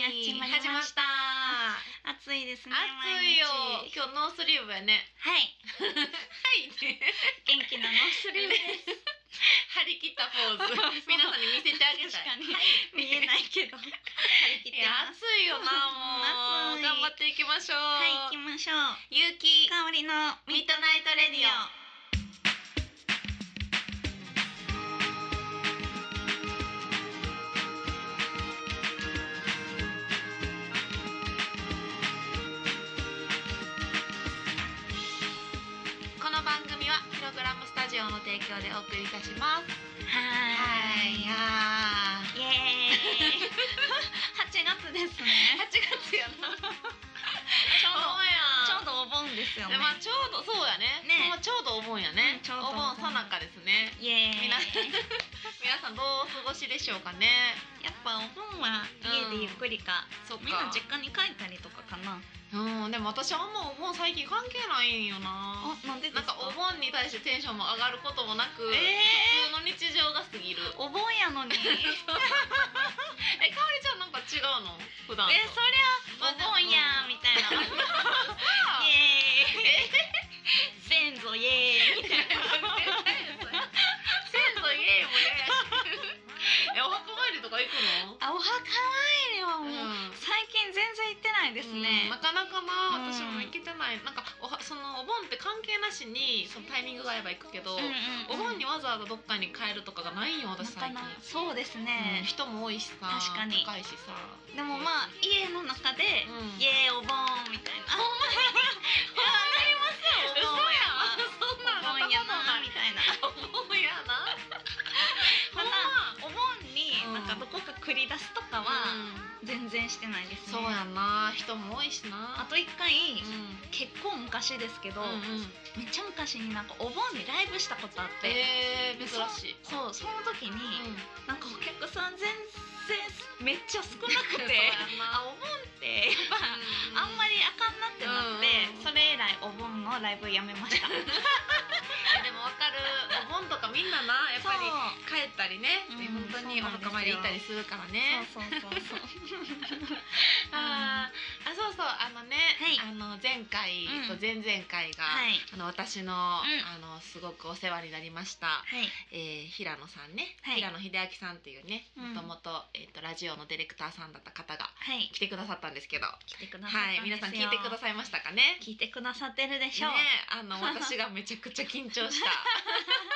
しました暑いですね暑いよ毎日今日ノースリーブやねはい はいね元気なノースリーブです張り切った ポーズ皆さんに見せてあげたい確かに見えないけど張り切っいてやます暑いよなもう暑い頑張っていきましょう、はい行きましょうゆうき香りのミッドナイトレディオこの番組はキログラムスタジオの提供でお送りいたしますはーいイエーイや8 ー月です8ね月やな ちょうどちょうどどお盆ですよねでまあちょうどそうやねねまあちょうどお盆やね、うんちょうどお盆さなかですねイエーイ皆さん皆さんどうお過ごしでしょうかねやっぱお盆は家でゆっくりか、そっかみんな実家に帰ったりとかかなうんでも私あんまお盆最近関係ないんよなあなんでですなんかかお盆に対してテンションも上がることもなく、え普通の日常が過ぎるー、お盆やのにええかおりちゃんなんか違うの普段そとりゃお盆やみたいなさあイエーイ先祖イエーイみたいな先祖家も嫌やしえお墓参りとか行くのあお墓参りはもう、うん最近全然行ってないですうんね、なかなかなうん私も行けてない、なんかおはそのお盆って関係なしにそのタイミングが合えば行くけど、うんうんうんお盆にわざわざどっかに帰るとかがないよ私最近なかなそうですうんね、人も多いしさ確かに高いしさでもまあ家の中で、うんイ エーイお盆みたいなほんまに嘘ほんまになりますよそんおな盆のやなお盆やななみたいなお盆やなただお盆にうんなんかどこか繰り出すとかは、は全然してないですね、そうやな人も多いしなあと一回、うん結構昔ですけど、うんうんめっちゃ昔になんかお盆にライブしたことあって、えー、珍しい、そうその時に、うんなんかお客さん全然めっちゃ少なく そうてやんなあお盆ってやっぱ、あんりまりあかんなってなって、うんうんそれ以来お盆のライブやめました でもわかる お盆とかみんななやっぱりそ帰ったりね、うんで本当にお墓参り行ったりするからうねそうそうそうそうあーあそうそうあのね、はいあの前回うんと前々回が、はい あの私の,、あのすごくお世話になりました、はいえー平野さんね、はい平野秀明さんっていうねうんもともと,、えー、とラジオのディレクターさんだった方がはい来てくださったんですけど来てくださっはいたんですよ、皆さん聞いてくださいましたかね聞いてくださってるでしょう、ねあの私がめちゃくちゃ緊 張したあの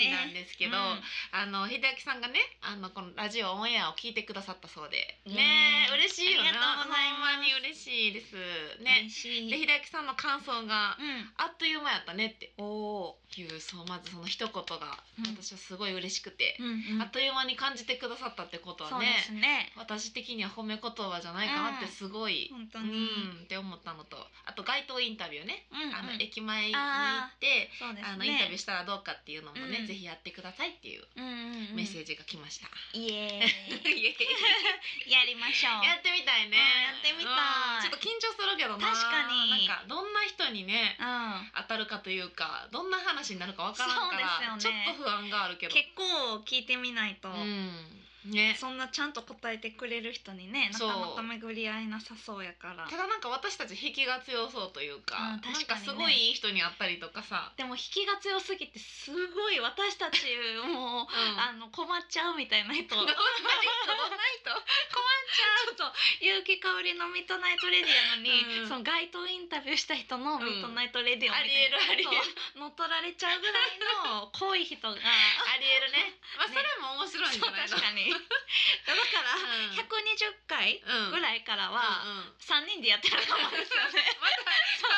日なんですけど、うんあの秀明さんがねあのこのラジオオンエアを聞いてくださったそうでねねえ嬉しいよなありがとうございますほんまに嬉しいですね嬉しいで秀明さんの感想がうんあっという間やったねっておいうそうまずその一言がうん私はすごい嬉しくてう、んうん、あっという間に感じてくださったってことそはうねですね私的には褒め言葉じゃないかなってすごい、本う当んに、って思ったのとあと街頭インタビューね、うんうんあの駅前に行あってそうですねあのインタビューしたらどうかっていうのもね、うんぜひやってくださいっていううんうんうんメッセージが来ました。イエ ーイエー イやりましょうイやってみたいうんね。やってみたいうんちょっと緊張するけどな。確かになんかどんな人にねうん当たるかというか、どんな話になるかわからんから、そうですよねちょっと不安があるけど。結構聞いてみないと、うん。ね。そんなちゃんと答えてくれる人にねなそうかなか巡り合いなさそうやからただなんか私たち引きが強そうというか、うんなん確かかにねすごいいい人に会ったりとかさ、でも引きが強すぎてすごい私たちもうああの困っちゃうみたいな 人ちょっどんな人どんな人と結城かおりのミッドナイトレディアのに、うんその街頭インタビューした人のミッドナイトレディアあみりたいえなるありえそるう乗っ取られちゃうぐらいの濃い人がありえるね。まあねそれも面白いんじそうゃないの確。かにだからうん120回うんぐらいからはうんうん3人でやってるかもですよねまたか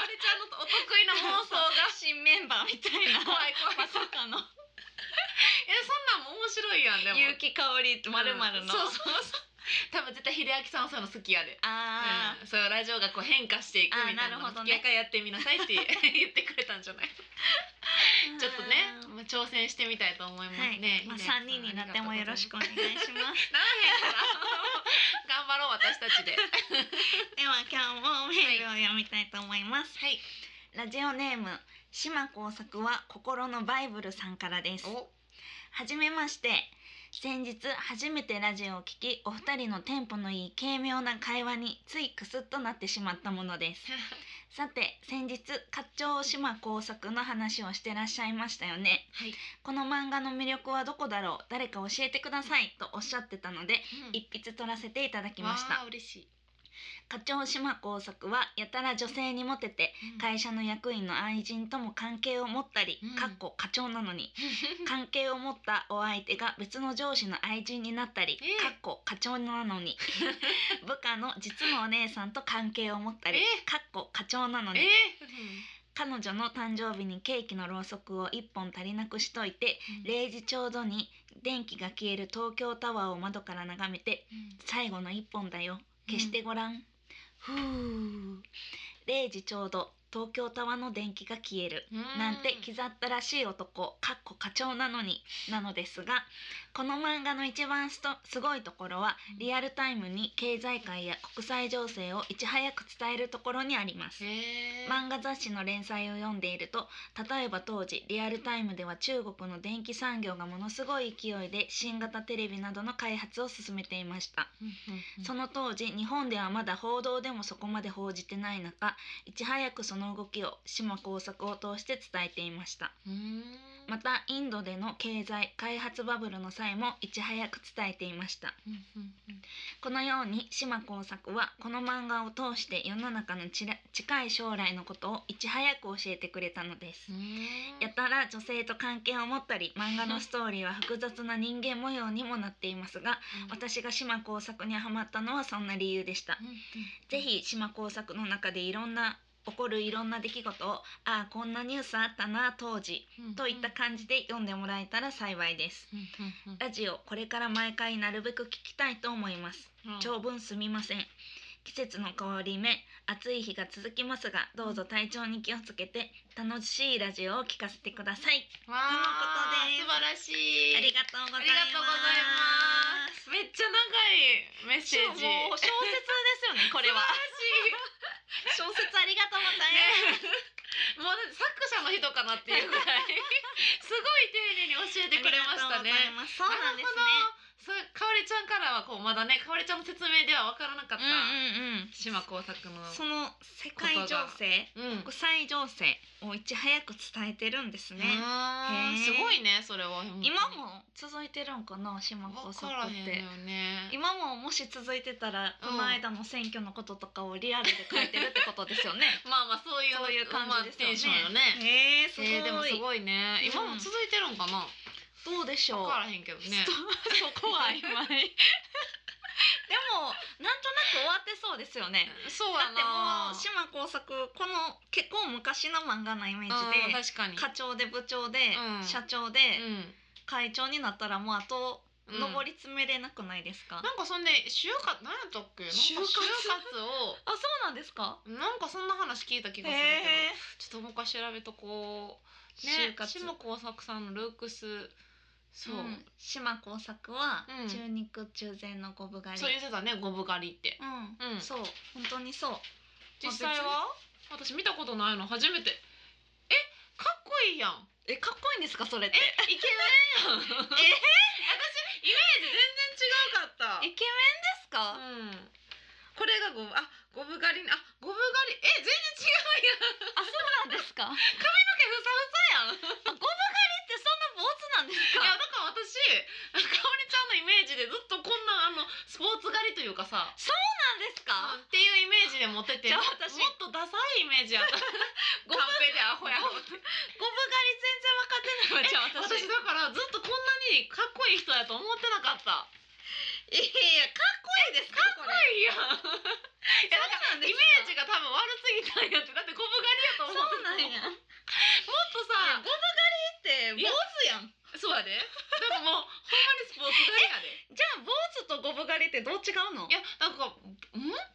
おりちゃんのお得意な妄想が新メンバーみたいな怖い怖 いまさかのえそんなんも面白いやんでも結城かおりまるまるの、そうそう そう多分絶対秀明さんはそういうの好きやであー、うん、そういうラジオがこう変化していくみたいなあーなるほどのね一回やってみなさいって言ってくれたんじゃないちょっとねうん、まあ、挑戦してみたいと思いますはい、ね、まあ秀明さん三人になってもよろしくお願いしますならへんから頑張ろう私たちではでは今日もメールを読みたいと思います、いラジオネーム島耕作は心のバイブルさんからですおはじめまして先日初めてラジオを聞きお二人のテンポのいい軽妙な会話についクスッとなってしまったものですさて先日八丁島工作の話をしてらっしゃいましたよねはい、この漫画の魅力はどこだろう誰か教えてくださいとおっしゃってたので行一筆取らせていただきました嬉しい、課長島工作はやたら女性にモテて会社の役員の愛人とも関係を持ったり、うんかっこ課長なのに関係を持ったお相手が別の上司の愛人になったり、ええかっこ課長なの に部下の実のお姉さんと関係を持ったり、えかっこ課長なのに、え彼女の誕生日にケーキのろうそくを1本足りなくしといて、0時ちょうどに電気が消える東京タワーを窓から眺めて最後の一本だよ消してごらん、ふう0時ちょうど東京タワーの電気が消えるなんて刻ったらしい男かっこ課長なのになのですがこの漫画の一番すとすごいところはうんリアルタイムに経済界や国際情勢をいち早く伝えるところにありますえー、漫画雑誌の連載を読んでいると例えば当時リアルタイムでは中国の電気産業がものすごい勢いで新型テレビなどの開発を進めていましたその当時日本ではまだ報道でもそこまで報じてない中いち早くその動きを島工作を通して伝えていましたうんまたインドでの経済開発バブルの際もいち早く伝えていましたうんうんうんこのように島耕作はこの漫画を通して世の中のちら近い将来のことをいち早く教えてくれたのですうんやたら女性と関係を持ったり漫画のストーリーは複雑な人間模様にもなっていますが私が島耕作にはまったのはそんな理由でしたぜひ島工作の中でいろんな起こるいろんな出来事をああこんなニュースあったな当時といった感じで読んでもらえたら幸いですうんうんうんラジオこれから毎回なるべく聞きたいと思いますうん長文すみません季節の変わり目暑い日が続きますがどうぞ体調に気をつけて楽しいラジオを聞かせてくださいわとあのことです素晴らしいありがとうござあいりがとうございまますすめっちゃ長いメッセージもう小説ですよ ねこれは素小説ありがとうございます 晴らしいねもうだって作者の人かなっていうぐ らいすごい丁寧に教えてくれましたねありがとうございますそうなんですね。なるほど。そうかおりちゃんからはこうまだねかおりちゃんの説明では分からなかった、うんうんうん。島耕作のその世界情勢、うん国際情勢をいち早く伝えてるんですね。うーんへーすごいねそれは今も続いてるんかな島耕分作っからへんのてよ。ね今ももし続いてたらうんこの間の選挙のこととかをリアルで書いてるってことですよね。まあまあ そういうそういう感じですよねまあテンションよねへえすごい。えー、でもすごいねうん今も続いてるんかな、どうでしょう。分からへんけど ねそそこは曖昧。で もなんとなく終わってそうですよね。そうだやってもなう島耕作この結構昔の漫画のイメーうんジ確かにで課長で部長で、うん社長で、うん会長になったらもうあとうん上り詰めれなくないですか、あなんかそんで就活何やったっけなんか就就活活をそうなんですかなんかそんな話聞いた気がするへけど、ちょっともう一回調べとこう。就ね、活下耕作さんのルークス。そう、ん島耕作はうん中肉中背の五分狩りそう言ってたね、ゴブ狩りって。うん、うんそう本当にそう実際は。私見たことないの、初めて。え、かっこいいやん。えかっこいいんですかそれってイケメンやん。え 私、イメージ全然違うかった。イケメンですか、うん。これがゴブ、あ、ゴブ狩りね、あ、ゴブ狩り、え、全然 違うやん。あそうなんですかだって髪の毛ふさふさやん。そんな坊主なんですいやかだから私かおりちゃんのイメージでずっとこんなあのスポーツ狩りというかさ、なんですかっていうイメージで持っててじゃもあも私っとダサいイメージやったカンペでアホやアホ五 分狩り全然分かってないわじゃあ私私だからずっとこんなにかっこいい人やと思ってなかったかっ いやいやかっこいいですかこれいいやんいやなんイメージが多分悪すぎたんやってだってゴブ狩りやと思そってうなんたやもっと五さ分狩りって坊主やんそうやでなんかもうほんまにスポーツ狩りやでじゃあ坊主とゴブ狩りってどう違うのいやなんかん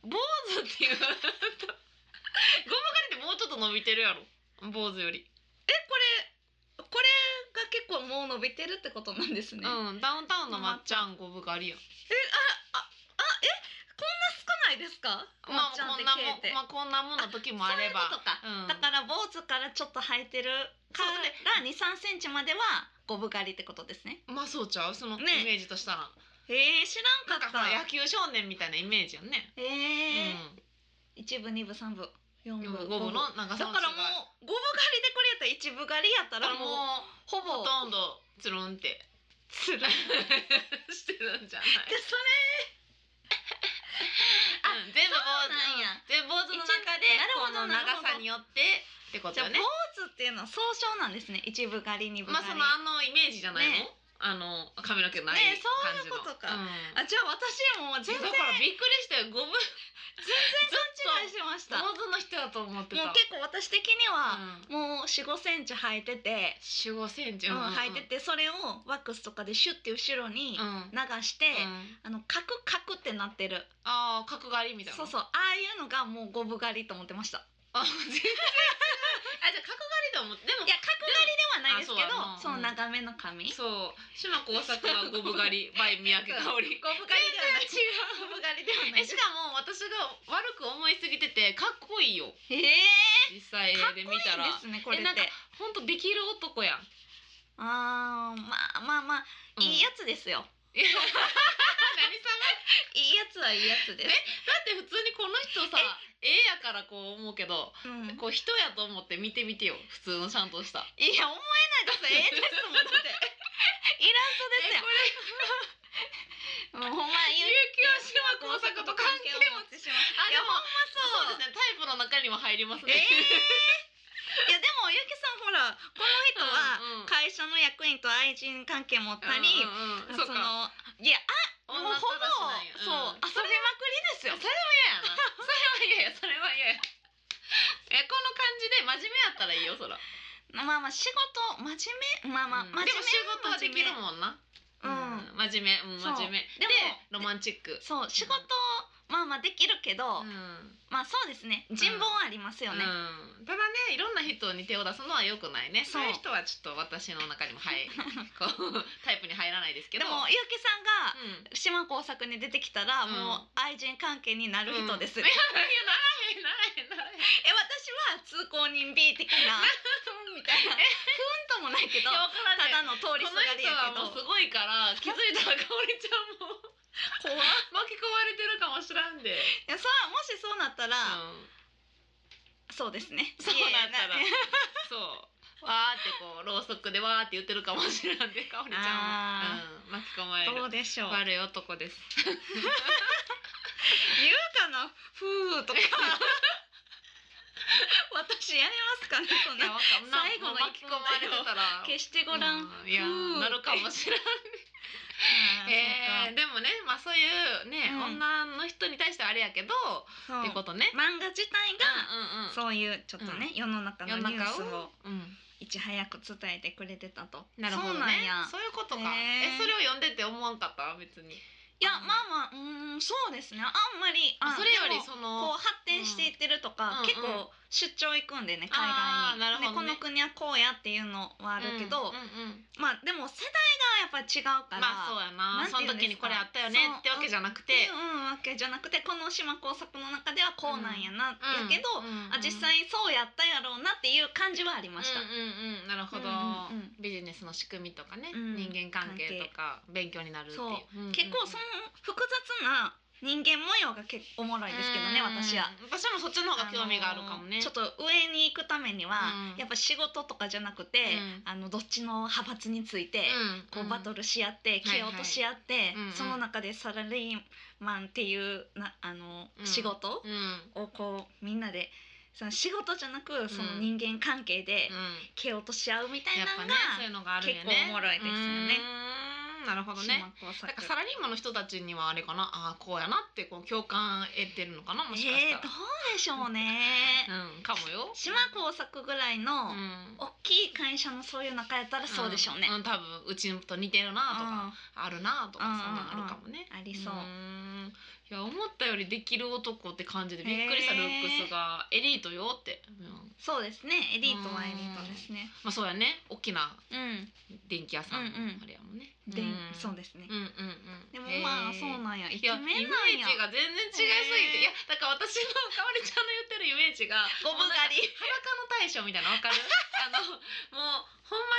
坊主っていう ゴム狩りってもうちょっと伸びてるやろ坊主より、これが結構もう伸びてるってことなんですね、うんダウンタウンのまっちゃんゴム狩りやん少ないですかまあ坊ちゃんっこてんな K ってもんまあこんなもんな時もあれ そばういうことか、うんだから坊主からちょっと生えてるかそうねら2 3センチまでは五分刈りってことですねまあそうちゃうそのイねメージとしたら、へえ知らなんかんかっほたら野球少年みたいなイメージやんね、へうえ、ん一部二部三部四部でもゴムの長ださからのも違いう五分刈りでこれやったら一部刈りやっただかららもうもうほぼほとんどつるんってつるんで してるんじゃない そあうん、全部うなんや坊主、うん全部坊主の中でこ一応のなるほど長さによってってこれじとゃあよ坊ね主っていうのは総称なんですね一部刈り二部刈まあり、そのあのイメージじゃないの、ねあの髪の毛なねい感そういじうこの、とかうんあじゃあ私もう全然だからびっくりしたよ五勘分違いしてましたも坊主の人だと思ってたう結構私的には、もうんう四五センチ生えてて、四五センうチん生えてててそれをワックスとかでシュッて後ろにうん、流して、うあんのカクカクってなってるああ角刈りみたいそなうそうああいうのがもう五分刈りと思ってましたあ全然違 うあじゃあ角刈りと思ってでもいや角刈りではないですけどでもあそそうやなの長めの髪そう島耕作は五分刈り by 三宅香織五分刈りではない全然違う五分刈りではない えしかも私が悪く思いすぎててかっこいいよ え実際えー、かっこいでいん見でたらすねこれっえてなんかほんとできる男やん、あーまあまあまあうんいいやつですよ、いや 何様いいやつはいいやつです、だって普通にこの人さええやからこう思うけどうん、いこう人やと思って見てみてよ普通のちゃんとしたや思えないですええですもんだってイラストですよこれもうほんま有ゆ給島耕作と関係も持ちしまういあやでほんもまそうそうですねタイプの中にも入りますえね、ー、いやでもゆきさんほらこの人うはんうん会社の役員と愛人関係持ったり、うんうんうんそそうかのいやあもうほ女ぼ、たらしなんやそう遊びまんくりですそれよそれは嫌やなそれは嫌やそれは嫌やえこの感じで真面目やったらいいよそらまあまあ仕事真面目まあまあ、うんでも仕事は真面でき目るもんなうんうん真面目うんそう真面目ででもロマンチックそう仕事まあまあできるけど、うんまあそうですね人望はありますよね、うんただねいろんな人に手を出すのは良くないねそそうういう人はちょっと私の中にも 入こうタイプに入らないですけでどもうゆうきさんがん島工作に出てきたら、うんもう愛人関係になる人です、うんいえやならへんならへんなら へん私は通行人 B 的 なみたいなふんともないけどいやわからんたねだの通りすこのがり人やはけどもうすごいから気づいたらかおりちゃんも怖っい巻き込まれてるかもしらんで、やそうもしそうなったら、うん、そうですねそうなったらいやいやそうわーってこうろうそくでわーって言ってるかもしらんでかおりちゃんも、うん、巻き込まれどうるでしょう悪い男です言うかな「ふ う」とか私やりますかねそんいやなわかんない最後の巻き込まれてたら決してご覧、うんいやふうなるかもしらんあーえーでもねまあそういうね、うん女の人に対してはあれやけど、そうってかことねそう漫画自体が、うんうんうんそういうちょっとね、世の中の世のニュース中をを、うん、いち早く伝えてくれてたとなるほどそうねなんやそういうことか、へーえそれを読んでて思わんかった別にいやまあまあうーんそうですねあんまりああそれよでりもそこうの発展していってるとか、うん結うんう構出張行くんでね海外あーに、なるほどでねこの国はこうやっていうのはあるけど、うんうんうんまあでも世代がやっぱり違うから、まあそうやななんてそ言うのんですか時にこれあったよねってわけじゃなくて、うんうんわけじゃなくてこの島工作の中ではこうなんやな、やうんけど、うんうんあ実際そうやったやろうなっていう感じはありました、うんうんうんなるほど、うんうんうんビジネスの仕組みとかね、うん人間関係とか勉強になるっていうそううんうん結構その複雑な人間模様が結構おもろいですけどね、うん私は。私もそっちの方が興味があるかもね、あのちょっと上に行くためには、うんやっぱ仕事とかじゃなくて、うんあのどっちの派閥について、うんこうバトルし合っては蹴いはい落とし合って、うんうんその中でサラリーマンっていうなあの、うん仕事うんうん、をこうみんなでその仕事じゃなくそのうん人間関係でうん蹴落とし合うみたいやっなぱのねが、そういうのがあるよね結構おもろいですよねうーんなるほどね島耕作なんかサラリーマンの人たちにはあれかなああこうやなってこう共感得てるのかなもしかしえー、たどら、うでしょうね。うんかもよ、島工作ぐらいのうん大きい会社のそういう中やったらそうでしょうね。んん多分うちと似てるなとか、あるなとかうんそうんんなのあるかもね。ありそうーんいや思ったよりできる男って感じでびっくりしたルックスがエリートよって、うんそうですね。エリートはエリートですね。まあそうやね大きなうん。電気屋さんのうんうんあれやもんね、でんうんそうですねうんうんでうんもまあへーそうなんやイいケやメインメなんージやが全然違へーいすぎて、いやだから私のかおりちゃんの言ってるイメージがゴム狩り裸の大将みたいなのわかるあのもうほんま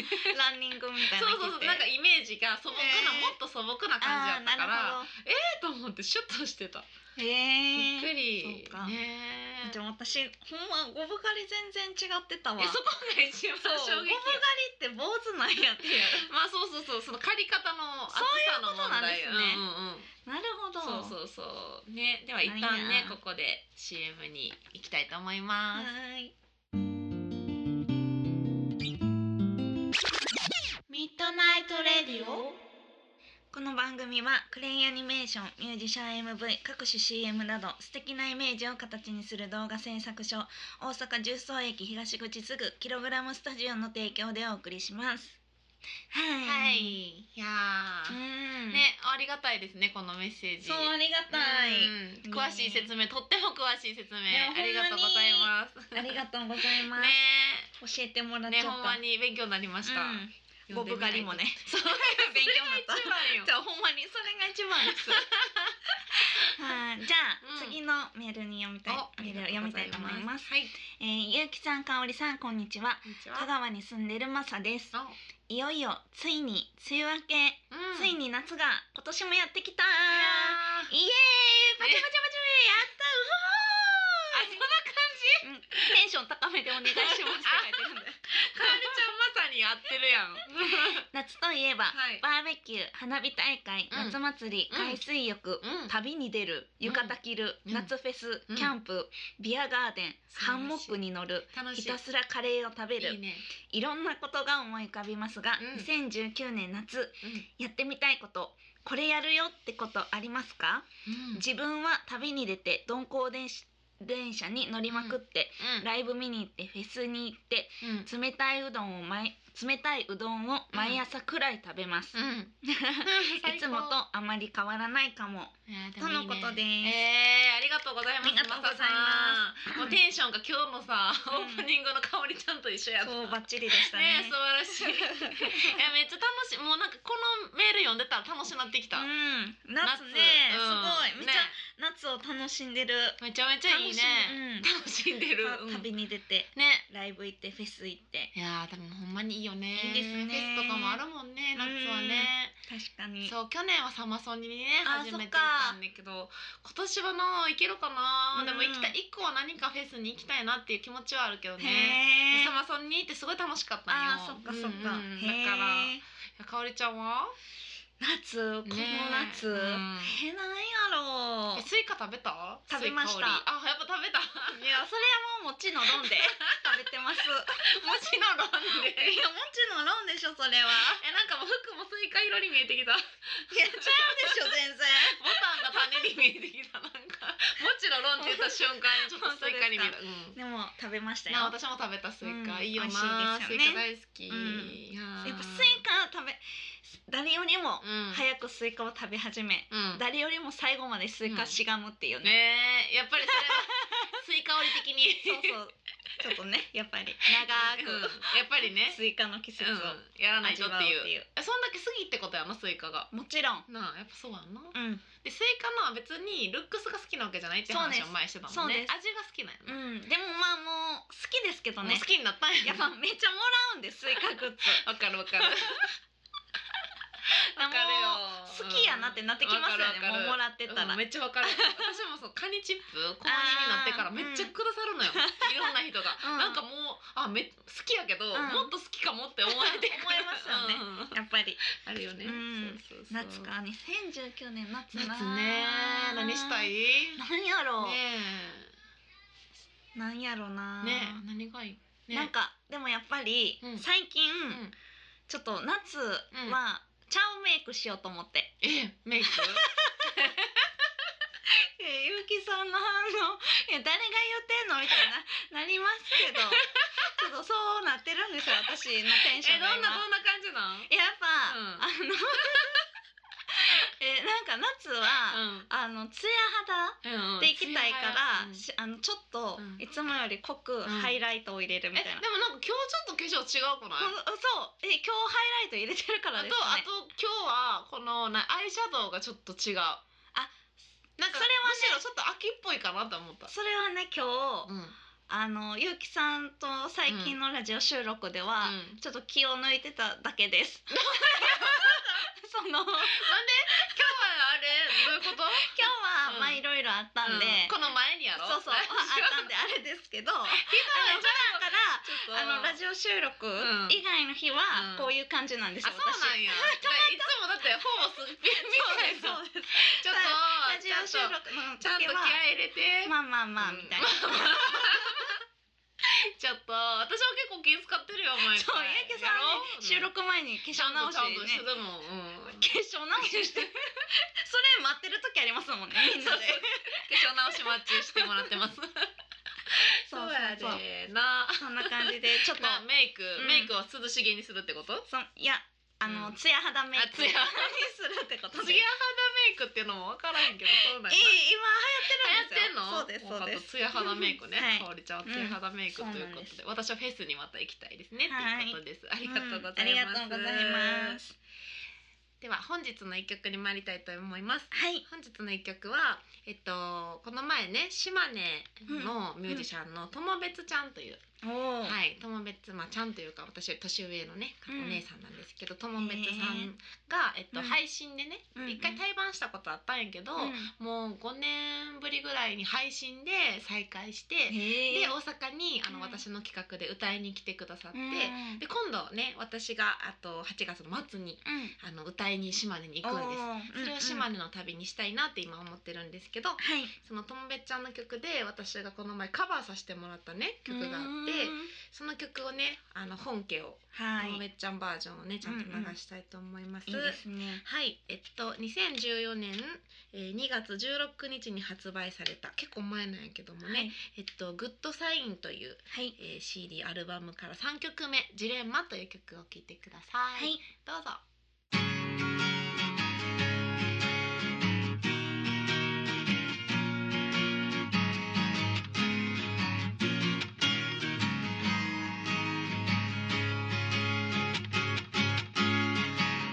にランニングみたいそなうそうそうなんかイメージが素朴な、へーもっと素朴あな感じーなだっるほたからえーと思ってシュッとしてた、どへびっくえりそうかねえでも私ほんまゴム狩り全然違ってたわえそこが一番そうゴム衝狩りって撃坊主なんやっていうまあそうそうそうその借り方の厚さの問題そういうことなるほうんうんうんどそうそうそうねでは一旦ないねなここで CM に行きたいと思いはますーいミッドナイトレディオこの番組はクレイアニメーションミュージシャン MV 各種 CM など素敵なイメージを形にする動画制作所大阪十三駅東口すぐキログラムスタジオの提供でお送りしますはいはいいやうーんねありがたいですねこのメッセージそうありがたい、うん詳しい説明とっても詳しい説明ねありがとうございますありがとうございます、ね教えてもらっちゃねった、ほんまに勉強になりましたうん、ボブ狩りも ねそう勉強になっ一た番 よじゃあほんまにそれが一番です。はい、じゃあ、うん次のメールに読みたいおメールを読みたいと思います。はいえー、ゆうきさん、かおりさん、こんにちは。こんに香ちは川に住んでるまさです。あいよいよついに梅雨明け、うんついに夏が今年もやってきた。いやーイエーイ、パチパチパチパチ、やった、うほーあそんいうな感じんテンション高めでお願いしますって書いてるんで。かおりちゃんまさにやってるや ん夏といえば、はいバーベキュー、花火大会、うん夏祭り、うん海水浴、うん旅に出る浴衣着る、うん夏フェス、うんキャンプビアガーデン素晴らハしいンモックに乗る楽しいひたすらカレーを食べるいいいねろんなことが思い浮かびますが、うん2019年夏うんやってみたいことこれやるよってことありますか、うん自分は旅に出て鈍行電車電車に乗りまくって、ライブ見に行ってフェスに行ってうん冷たいうどんを毎冷たいうどんを毎朝くらい食べます、うんいつもとあまり変わらないかもとのことですえー、ありがとうございます。ありがとうございマサさんもうテンションが今日のさ、うんオープニングの香りちゃんと一緒やった。そうねバッチリでしたね素晴らしい。い やめっちゃ楽しい。もうなんかこのメール読んでたら楽しなってきた。うん、夏ね、すごいめっちゃ、夏を楽しんでるゃめちゃめちゃいいね。楽しんでる。楽しんうん、うん旅に出てね。ライブ行ってフェス行っていやー多分ほんまにいいよねいいですねフェスとかもあるもんね夏はね確かにそう去年はサマソニにねあー初めて行ったんだけど今年はな行けるかな、うんでも行きたい一個は何かフェスに行きたいなっていう気持ちはあるけどねへえサマソニに行ってすごい楽しかったんよあーそっかそっか、うんうんうんだへえからかおりちゃんは夏この夏、ねへえうんなんやろえスイカ食べた食べましたスイカおりあやっぱ食 べたいやそれはもうもちのろんで食べてますもちろん 飲んで いやもちのろんでしょそれ はえなんかもう服もスイカ色に見えてきいたやちゃうでしょ全然 ボタンが種に見えてきたなんかもちろんって言った瞬間にちょ っとスイカに見えた、うんでも食べましたよな私も食べたスイカ、うんいいよな美味しいですよスイねカ大好き、うんいやーやっぱスイカ食べ誰よりもうん早くスイカを食べ始め、うん誰よりも最後までスイカしがむっていうね、ねえやっぱりそれ はスイカ折り的にそうそうちょっとねやっぱり長うんくやっぱりね、スイカの季節をうん、やらない味とっわうっていうていう、えそんだけ過ぎってことやなスイカがもちろんなあやっぱそうやんなうん、でスイカのは別にルックスが好きなわけじゃないってそうです話を前にしてたもんねそうです味が好きなんやな、うん、でもまあもう好きですけどもうね好きになったんややっなぱめっちゃもらうんでスイカグッズわかるわかるわ わかるよ好きやなってなってきますよねわかるわかるもうもらってたら、うんめっちゃわかる私もそうカニチップ公認になってからめっちゃくださる のよ、いろんな人が、うんなんかもうあめ好きやけど、んもっと好きかもって思えて思いますよねうんやっぱりあるよね、うんそうそうそう夏か2019年夏夏なね何したいねなんやろう、えなんやろなねえ何がいい、ね、なんかでもやっぱり、うん最近、んちょっと夏は、ちゃうメイクしようと思って。えメイクえゆうきさんの反応、いや誰が言ってんのみたいななりますけど、ちょっとそうなってるんですよ私のテンショえンどがんな今。どんな感じなんいややっぱ、うんあの えなんか夏は、あのツヤ肌うんうんでいきたいから、うんしあのちょっとうんいつもより濃くハイライトを入れるみえたでいな、もなんか今日ちょっと化粧違うくないほんそうえ今日ハイライト入れてるからあと、ですかあねと今日はこのなアイシャドウがちょっと違うあなんかそれはねむしろちょっと秋っぽいかなと思ったそれはね今日、うん、あのゆうきさんと最近のラジオ収録では、うんちょっと気を抜いてただけです。 その今日今日はあれどういうことは、うんまあいろいろあったんで、うんこの前にやろ そうそうあラジオったんであれですけど、あのひどい普段 からちょっとあのラジオ収録ん以外の日うはんこういう感じなんですあよ。そうなんやいつもだってほぼすっぴんみたい私。そうなですそうです。ちょっラとジオ収ちゃんと録のちゃん時と気合は。い入れて、まあまあまあみたいな、ちょっと私は結構気遣ってるよ毎回そうゆうきさんはね収録前に化ちゃ粧ん直としちゃんとしてねでもうん化粧直しして それ待ってる時ありますもんねみん なで化粧直しマッチしてもらってます。そうやそうでな。そんな感じでちょっとなメイク、うんメイクを涼しげにするってこと？そいやあの、うんツヤ肌メイクあツヤにするってこと ツでヤ肌メイクっていうのもわからへんけど、そうなんえや今流行ってるんですよ流行ってんの？そうですそうですツヤ肌メイクね。はいかおりちゃんはツヤ肌メイクということで、私はフェスにまた行きたいですね。はいっていうことです。ありがとうございまんす。ありがとうございま。すでは本日の一曲に参りたいと思います。はい本日の一曲は、えっと、この前ね島根のミュージシャンの友別ちゃんというおい、はい、友別まあちゃんというか私より年上のねおうん姉さんなんですけど、友別さへえんが、えっとうん配信でねうんうん一回対バンしたことあったんやけど、もう5年ぶりぐらいに配信で再開して、へでえ大阪にあの、うん私の企画で歌いに来てくださって、うんで今度ね私があと8月の末にうんあの歌いに島根に行くんです。おーそれを島うんうん根の旅にしたいなって今思ってるんですけど、はいその友別ちゃんの曲で私がこの前カバーさせてもらったね曲があって、うんその曲をね、あの本家を、はともいべっちゃんバージョンをね、ちゃんと流したいと思います。いいですねはい、えっと、2014年、えー、2月16日に発売された、結構前なんやけどもね、はいえっと、グッドサインという、はいえー、CD アルバムから3曲目、ジレンマという曲を聴いてください。はいどうぞ。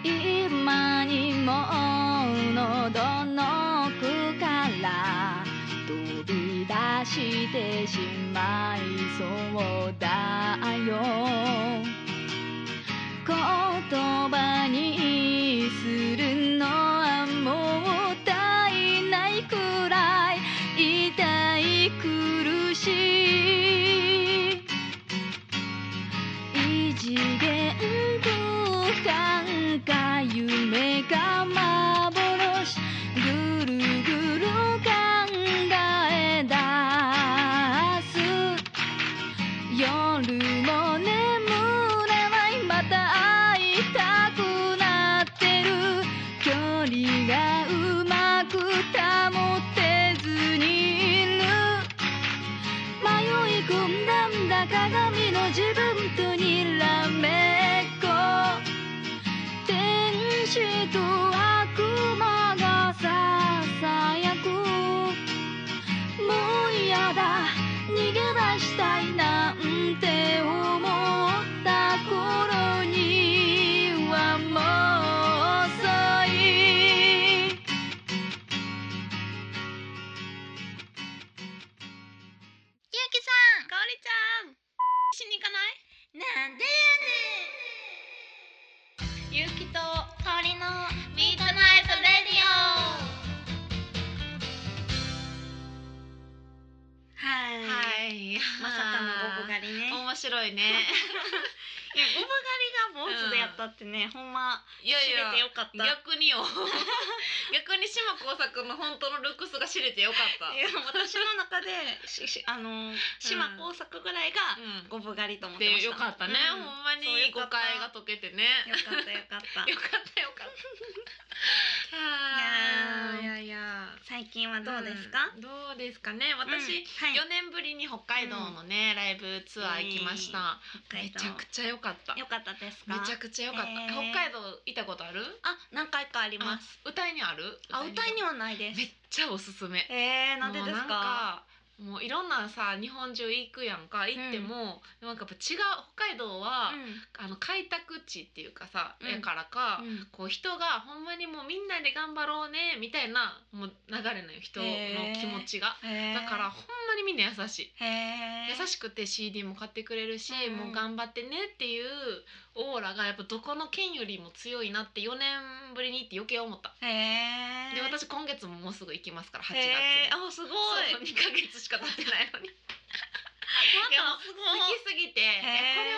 今にも喉の奥から飛び出してしまいそうだよ言葉にするのはもったいないくらい痛い苦しい異次元空間か夢か幻ぐるぐる考え出す夜も眠れないまた会いたくなってる距離がうまく保てずにいる迷い込んだんだ鏡の自分とにらめっこ天使と悪魔がささやくもう嫌だ逃げ出したいなんて思った頃にはもう遅いゆうきさんかおりちゃんしに行かないなんでやねんゆうきとかおりのミートナイトレディオはい、はい。まさかのボブり。狩りね面白いね。いやボブ狩りが坊主でやったってね、ほんまいやいや知れてよかった逆によ。逆に島耕作の本当のルックスが知れてよかった。いや私の中 でししあの島工作ぐらいがうんゴブ狩りと思ってまでしたよかったね、うんほんまそうに誤解が解けてねよかったよかったよかったよかったはいいややいや 最近はどうですか、んどうですかね私、うんはい4年ぶりに北海道のね、ライブツアー行きました、北海め道ちゃくちゃ良かったよかったですかめちゃくちゃ良かった、えー北海道行ったことあるあ何回かありますあ歌いにあるあ歌いにははないですめっちゃおすすめえー、なんでですもうかなんかもういろんなさ日本中行くやんか行っても、なんかやっぱ違う北海道は、あの開拓地っていうかさ、うんやからか、うんうんこう人がほんまにもうみんなで頑張ろうねみたいなもう流れなのよ人の気持ちが、へーだからほんまにみんな優しいへー優しくて CD も買ってくれるし、うんもう頑張ってねっていうオーラがやっぱどこの県よりも強いなって4年ぶりにって余計思ったへえで私今月ももうすぐ行きますから8月へにーあすごいそう2ヶ月しか経ってな いのにいやもうすご好きすぎていや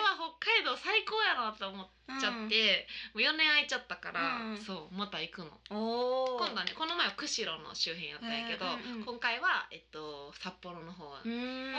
ーこれは北海道最高やなと思っちゃって、もう4年空いちゃったから、うんそうまた行くのうん、おお今度はねこの前は釧路の周辺やったんやけど、うんうんうん今回は、えっと、札幌の方を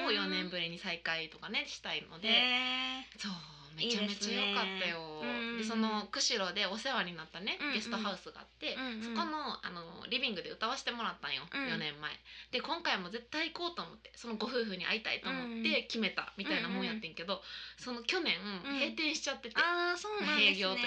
も4年ぶりに再開とかねしたいので。へそうめちゃめちゃ良かったよいいですねうんでその釧路でお世話になったね、うんうんゲストハウスがあって、うんうんそこのあのリビングで歌わせてもらったんうよ、ん4年前で今回も絶対行こうと思ってそのご夫婦に会いたいとうん思って決めたみたいなもんやってんけど、その去年うん閉店しちゃってて、ああそうなんです営業と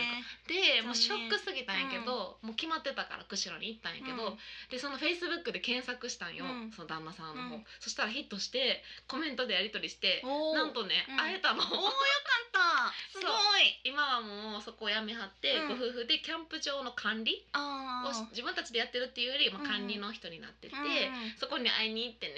いねうで残念もうショックすぎたんやけど、もう決まってたから釧路に行ったんやけうんど、でそのフェイスブックで検索したんよ、うんその旦那さんうんの方、そしたらヒットしてコメントでやり取りしておおなんとね、うん 会えたおおの。よかったすそごうい今はもうそこを辞めはって、うんご夫婦でキャンプ場の管理あをしー自分たちでやってるっていうより、まうんあ、管理の人になってて、うんそこに会いに行ってね、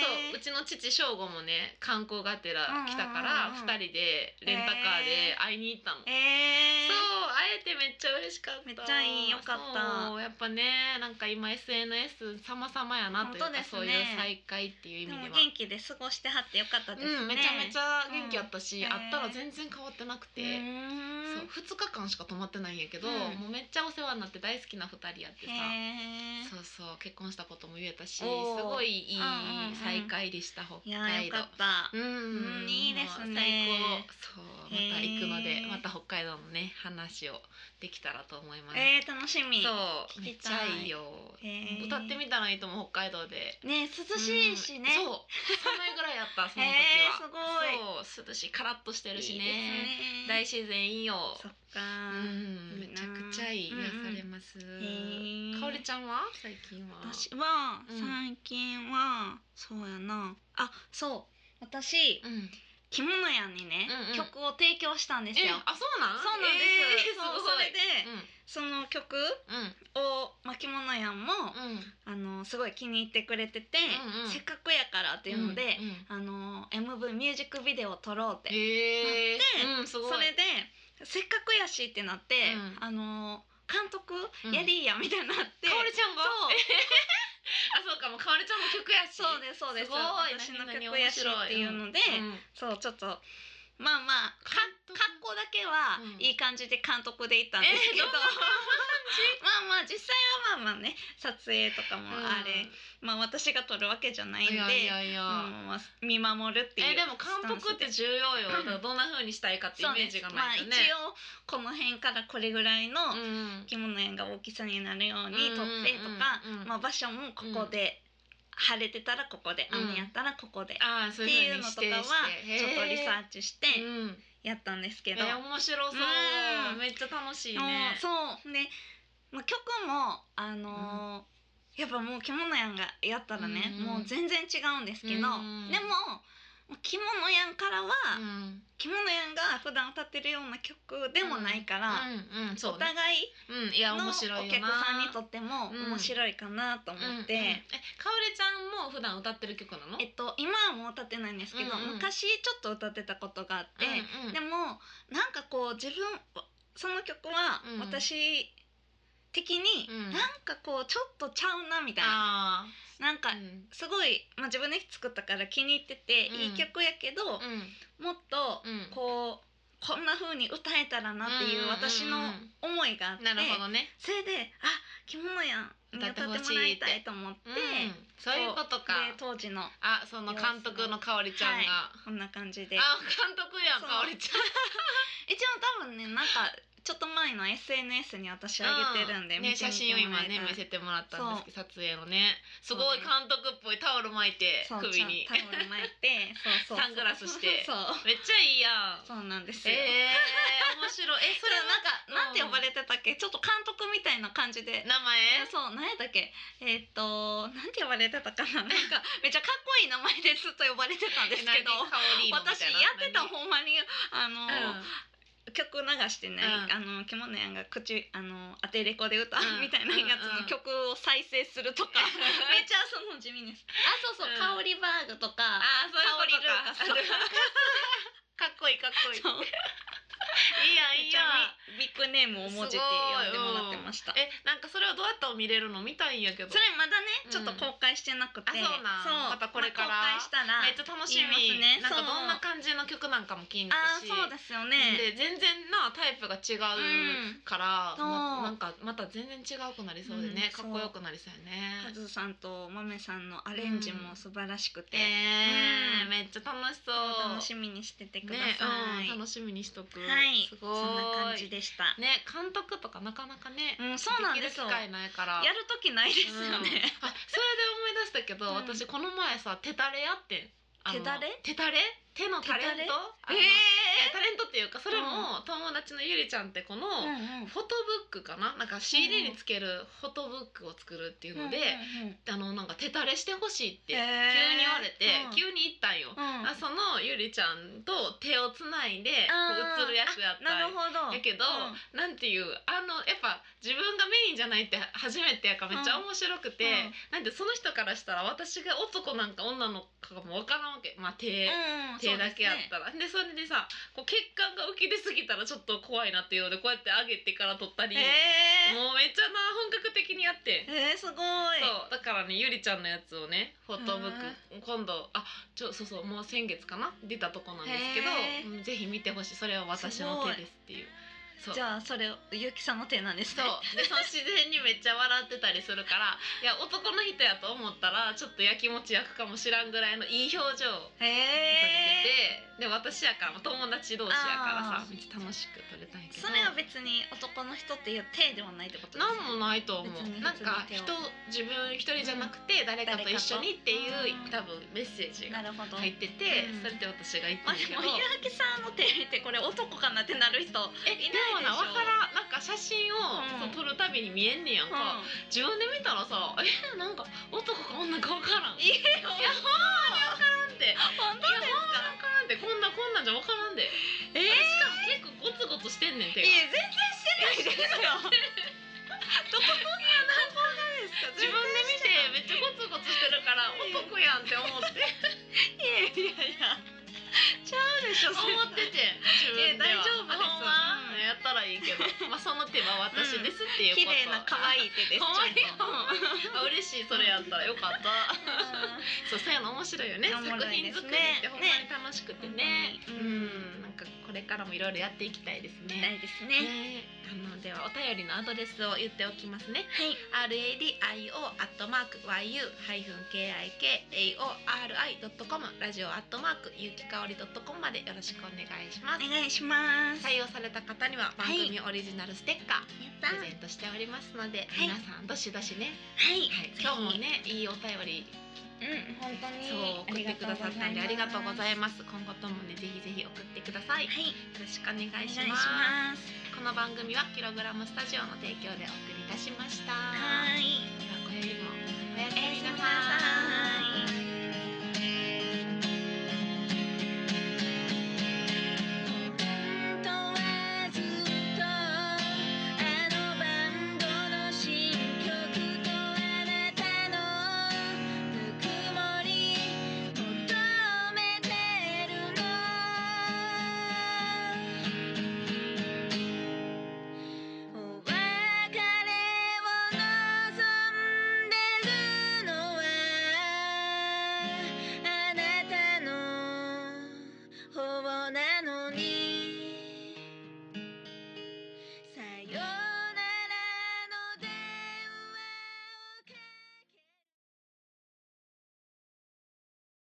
へそううちの父翔吾もね観光がてら来たかうら、んうんうんうん2人でレンタカーで会いに行ったの。ええそう会えてめっちゃ嬉しかっためっちゃいいよかったそうやっぱねなんか今 SNS 様々やなというか、本当ですねそういう再会っていう意で味ではも元気で過ごしてはってよかったですね、うん、めちゃめちゃ元気やったし、うん会ったら全然変わってなくて、うーんそう2日間しか泊まってないんやけど、うんもうめっちゃお世話になって大好きな2人やってさへえそうそう結婚したことも言えたしすおーごいいいうんうんうん再会でした、い北やー海よ道かったうんうんいいですねもう最高そうへーまた行くのでまた北海道のね話をできたらと思います、えー、楽しみそうめ聞っきちたゃいいいよ、へー歌ってみたらいいと思う北海道でね涼しいしね、うんそう寒いぐらいやったその時 へーはすごいそう涼しいカラッとしてるしねいいですね大自然いいよそっかうー、ん、めちゃくちゃいいうん癒うんされます。へーかおりちゃんは最近は。私はうん最近は、そうやなあそう私うん、着物屋にね、うんうん曲を提供したんですえ、よ。あ、そうなん。そうなんです、えーそうすごそい。れで、その曲うん、うん、を巻物屋も、うん、っあのすごい気に入ってくれてて、うんうんせっかくやからっていうので、うんあの MV ミュージックビデオを撮ろうって、えなー、うん、すごい。それでせっかくやしってなって、うんあの監督うんやりーやみたいになって、かおりちゃんが。そうあ、そうかも、かおりちゃんも曲やし。そうですそうですすごい私の曲やしっていうので、うんそうちょっとまあまあか監督格好だけはうんいい感じで監督で行ったんですけど、えーどんな まあまあ実際はまあまあね撮影とかもあれ、まあ私が撮るわけじゃないんいでやいやいや。うんまあ、見守るっていうえでも監督ってス重要よ。だからどんな風にしたいかってイタンスメでージがないとね。そうですまあ、一応この辺からこれぐらいのうん着物園が大きさになるように撮ってとか、うんうんうんうんまあ、場所もここで、晴れてたらここでうん雨やったらここで、あー、そうっていいううのと風かに指定はして。ちょっとリサーチしてーうん。やったんですけど、えー面白そう、うんめっちゃ楽しいもうねそうね、まあ、曲もあのーやっぱもう着物やんがやったらね、うんもう全然違うんですけど、うんでも着物やんからは、うん着物やんが普段歌ってるような曲でもないから、うんうんそうおね互いうんいやのお面客さ白んいによなとってもうん面白いかなと思って、うんうんえかおりちゃんも普段歌ってる曲なのえっと、今はもう歌ってないんですけど、うんうん昔ちょっと歌ってたことがあって、うんうんでもなんかこう自分その曲はうん私的に、うんなんかこうちょっとちゃうなみたいな、あなんかーうんすごい、まあ、自分で作ったから気に入ってて、うんいい曲やけど、うんもっとうんこうこんな風に歌えたらなっていう私の思いがあって、なるほどねそれであ着物やんに歌ってもらいたいと思ってうんそういうことかで当時のあその監督のかおりちゃんが、こんな感じであ監督やんそうかおりちゃん一応多分ねなんかちちょっと前の SNS に私あげてるんで、ね、写真を今ね見せてもらったんですけど撮影のねすごい監督っぽいタオル巻いてそう首にちゃんタオル巻い てそうそうそうサングラスしてそうめっちゃいいやんそうなんですよ、えー、面白いえそそれれはなんか、なうんんて呼ばれてたっけちょっと監督みたいな感じで名前えそう何やったっけえーっとなんて呼ばれてたかななんかめっちゃかっこいい名前ですと呼ばれてたんですけど何カオリーノみ私たいなやってた何ほんまにあの、うん曲流してね、うんあのキモネやんが口あのアテレコで歌ううんみたいなやつうんうのん曲を再生すると か、めっちゃその地味です。あそうそう、うん香りバーグとか、あーそういう香ことかりルーカスとか。 かっこいいかっこいいそういいやんめいっいちやゃんビビッグネームを文字って呼んでもらってました。えなんかそれはどうやったら見れるの見たいんやけどそれまだね、うんちょっと公開してなくて、あそうなんまたこれからまあ公開したら、めっちゃ楽し言いみ、ますねなんかそうどんな感じの曲なんかも気になああるしそうですよね。で全然なタイプが違ううから、そうまなんかまた全然違うくなりそうでね、うんそうかっこよくなりそうやカね。ズさんとマメさんのアレンジも素晴らしくて、えーうんめっちゃ楽しそう。楽しみにしててください。ねうん、楽しみにしとく。はい、すごい。そんな感じでした。ね監督とかなかなかね、うん、そうなんですきよ。る機や会ないから。るときないですようんあそれで思いね。出したけど、うん私この前さ手たれやってん。あの手だれ手たれ手のタレントあのい えやタレントっていうかそれも友達のゆりちゃんって子の、えフォトブックかななんか CD につけるフォトブックを作るっていうので、あのなんか手垂れしてほしいって急に言われて、うん急に行ったんよ、うんあそのゆりちゃんと手をつないであーこう映るやつやったなるんほど。やけど、なんていうあのやっぱ自分がメインじゃないって初めてやからめっちゃ面白くて、うんなんでその人からしたら私が男なんか女の子かもわからんわけまあ手、うん、手だけやったらで,、それでさこう血管が浮き出すぎたらちょっと怖いなっていうのでこうやって上げてから取ったり、えもうめっちゃな本格的にやってんええー、すごい。そうだからねゆりちゃんのやつをねフォトブック今度あちょそうそうもう先月かな出たとこなんですへけどうんぜひ見てほしいそれは私の手ですっていうそうじゃあそれゆきさんの手なんですそね。うでその自然にめっちゃ笑ってたりするからいや男の人やと思ったらちょっとやきもち焼くかもしらんぐらいのいい表情をへ撮えれててで私やから友達同士やからあさめっちゃ楽しく撮れたんやけどそれは別に男の人っていう手ではないってことですなんもないと思別にうなんか別に人手を自分一人じゃなくて誰かと一緒にっていう多分メッセージながるほど。入っててうんそれで私が言ったまあんだけでどもゆうきさんの手見てこれ男かなってなる人。えいないでしでょもなわからんなんか写真をうんそう撮るたびに見えんねやんか自分で見たらさえなんか男か女かわからんいえよ。いやほんまにわからんっていや本当ですほか。んまにわからんってこんなこんなんじゃわからんでえーしかも結構ゴツゴツしてんねんいえ全然してないですよ。どこがてかですか。自分で見てめっちゃゴツゴツしてるから男やんって思っていやいやいや。ちゃうでしょ。思ってて自分ではえ大丈夫ですほんまうんやったらいい けどまあその手は私ですっていう綺こと、麗な可愛い手です。ほんまにちゃんと あ嬉しいそれやったらよかったそうそういうの面白いよねおもろ作い品です作りねってほんまに楽しくてねねうんなんかこれからもいろいろやっていきたいですうん なねいですね。ねあのではお便りのアドレスを言っておきますねはい。 radio アットマーク yu ハイフン kikaori ドットコムラジオアットマークゆきかおりドットコムまでよろしくお願いしますお願いします。採用された方には番組オリジナルステッカーやった。プはレゼントしておりますので、はい皆さんどしどしね、いはい、今日も。ねいいお便りうん本当に。そう送ってくださったんでありがとうございます今後ともねぜひぜひ送ってくださいよはい。ろしくお願いしお願まいすします。この番組はキログラムスタジオの提供でお送りいたしましたはい。ではこよりもおやすおやみすみななささい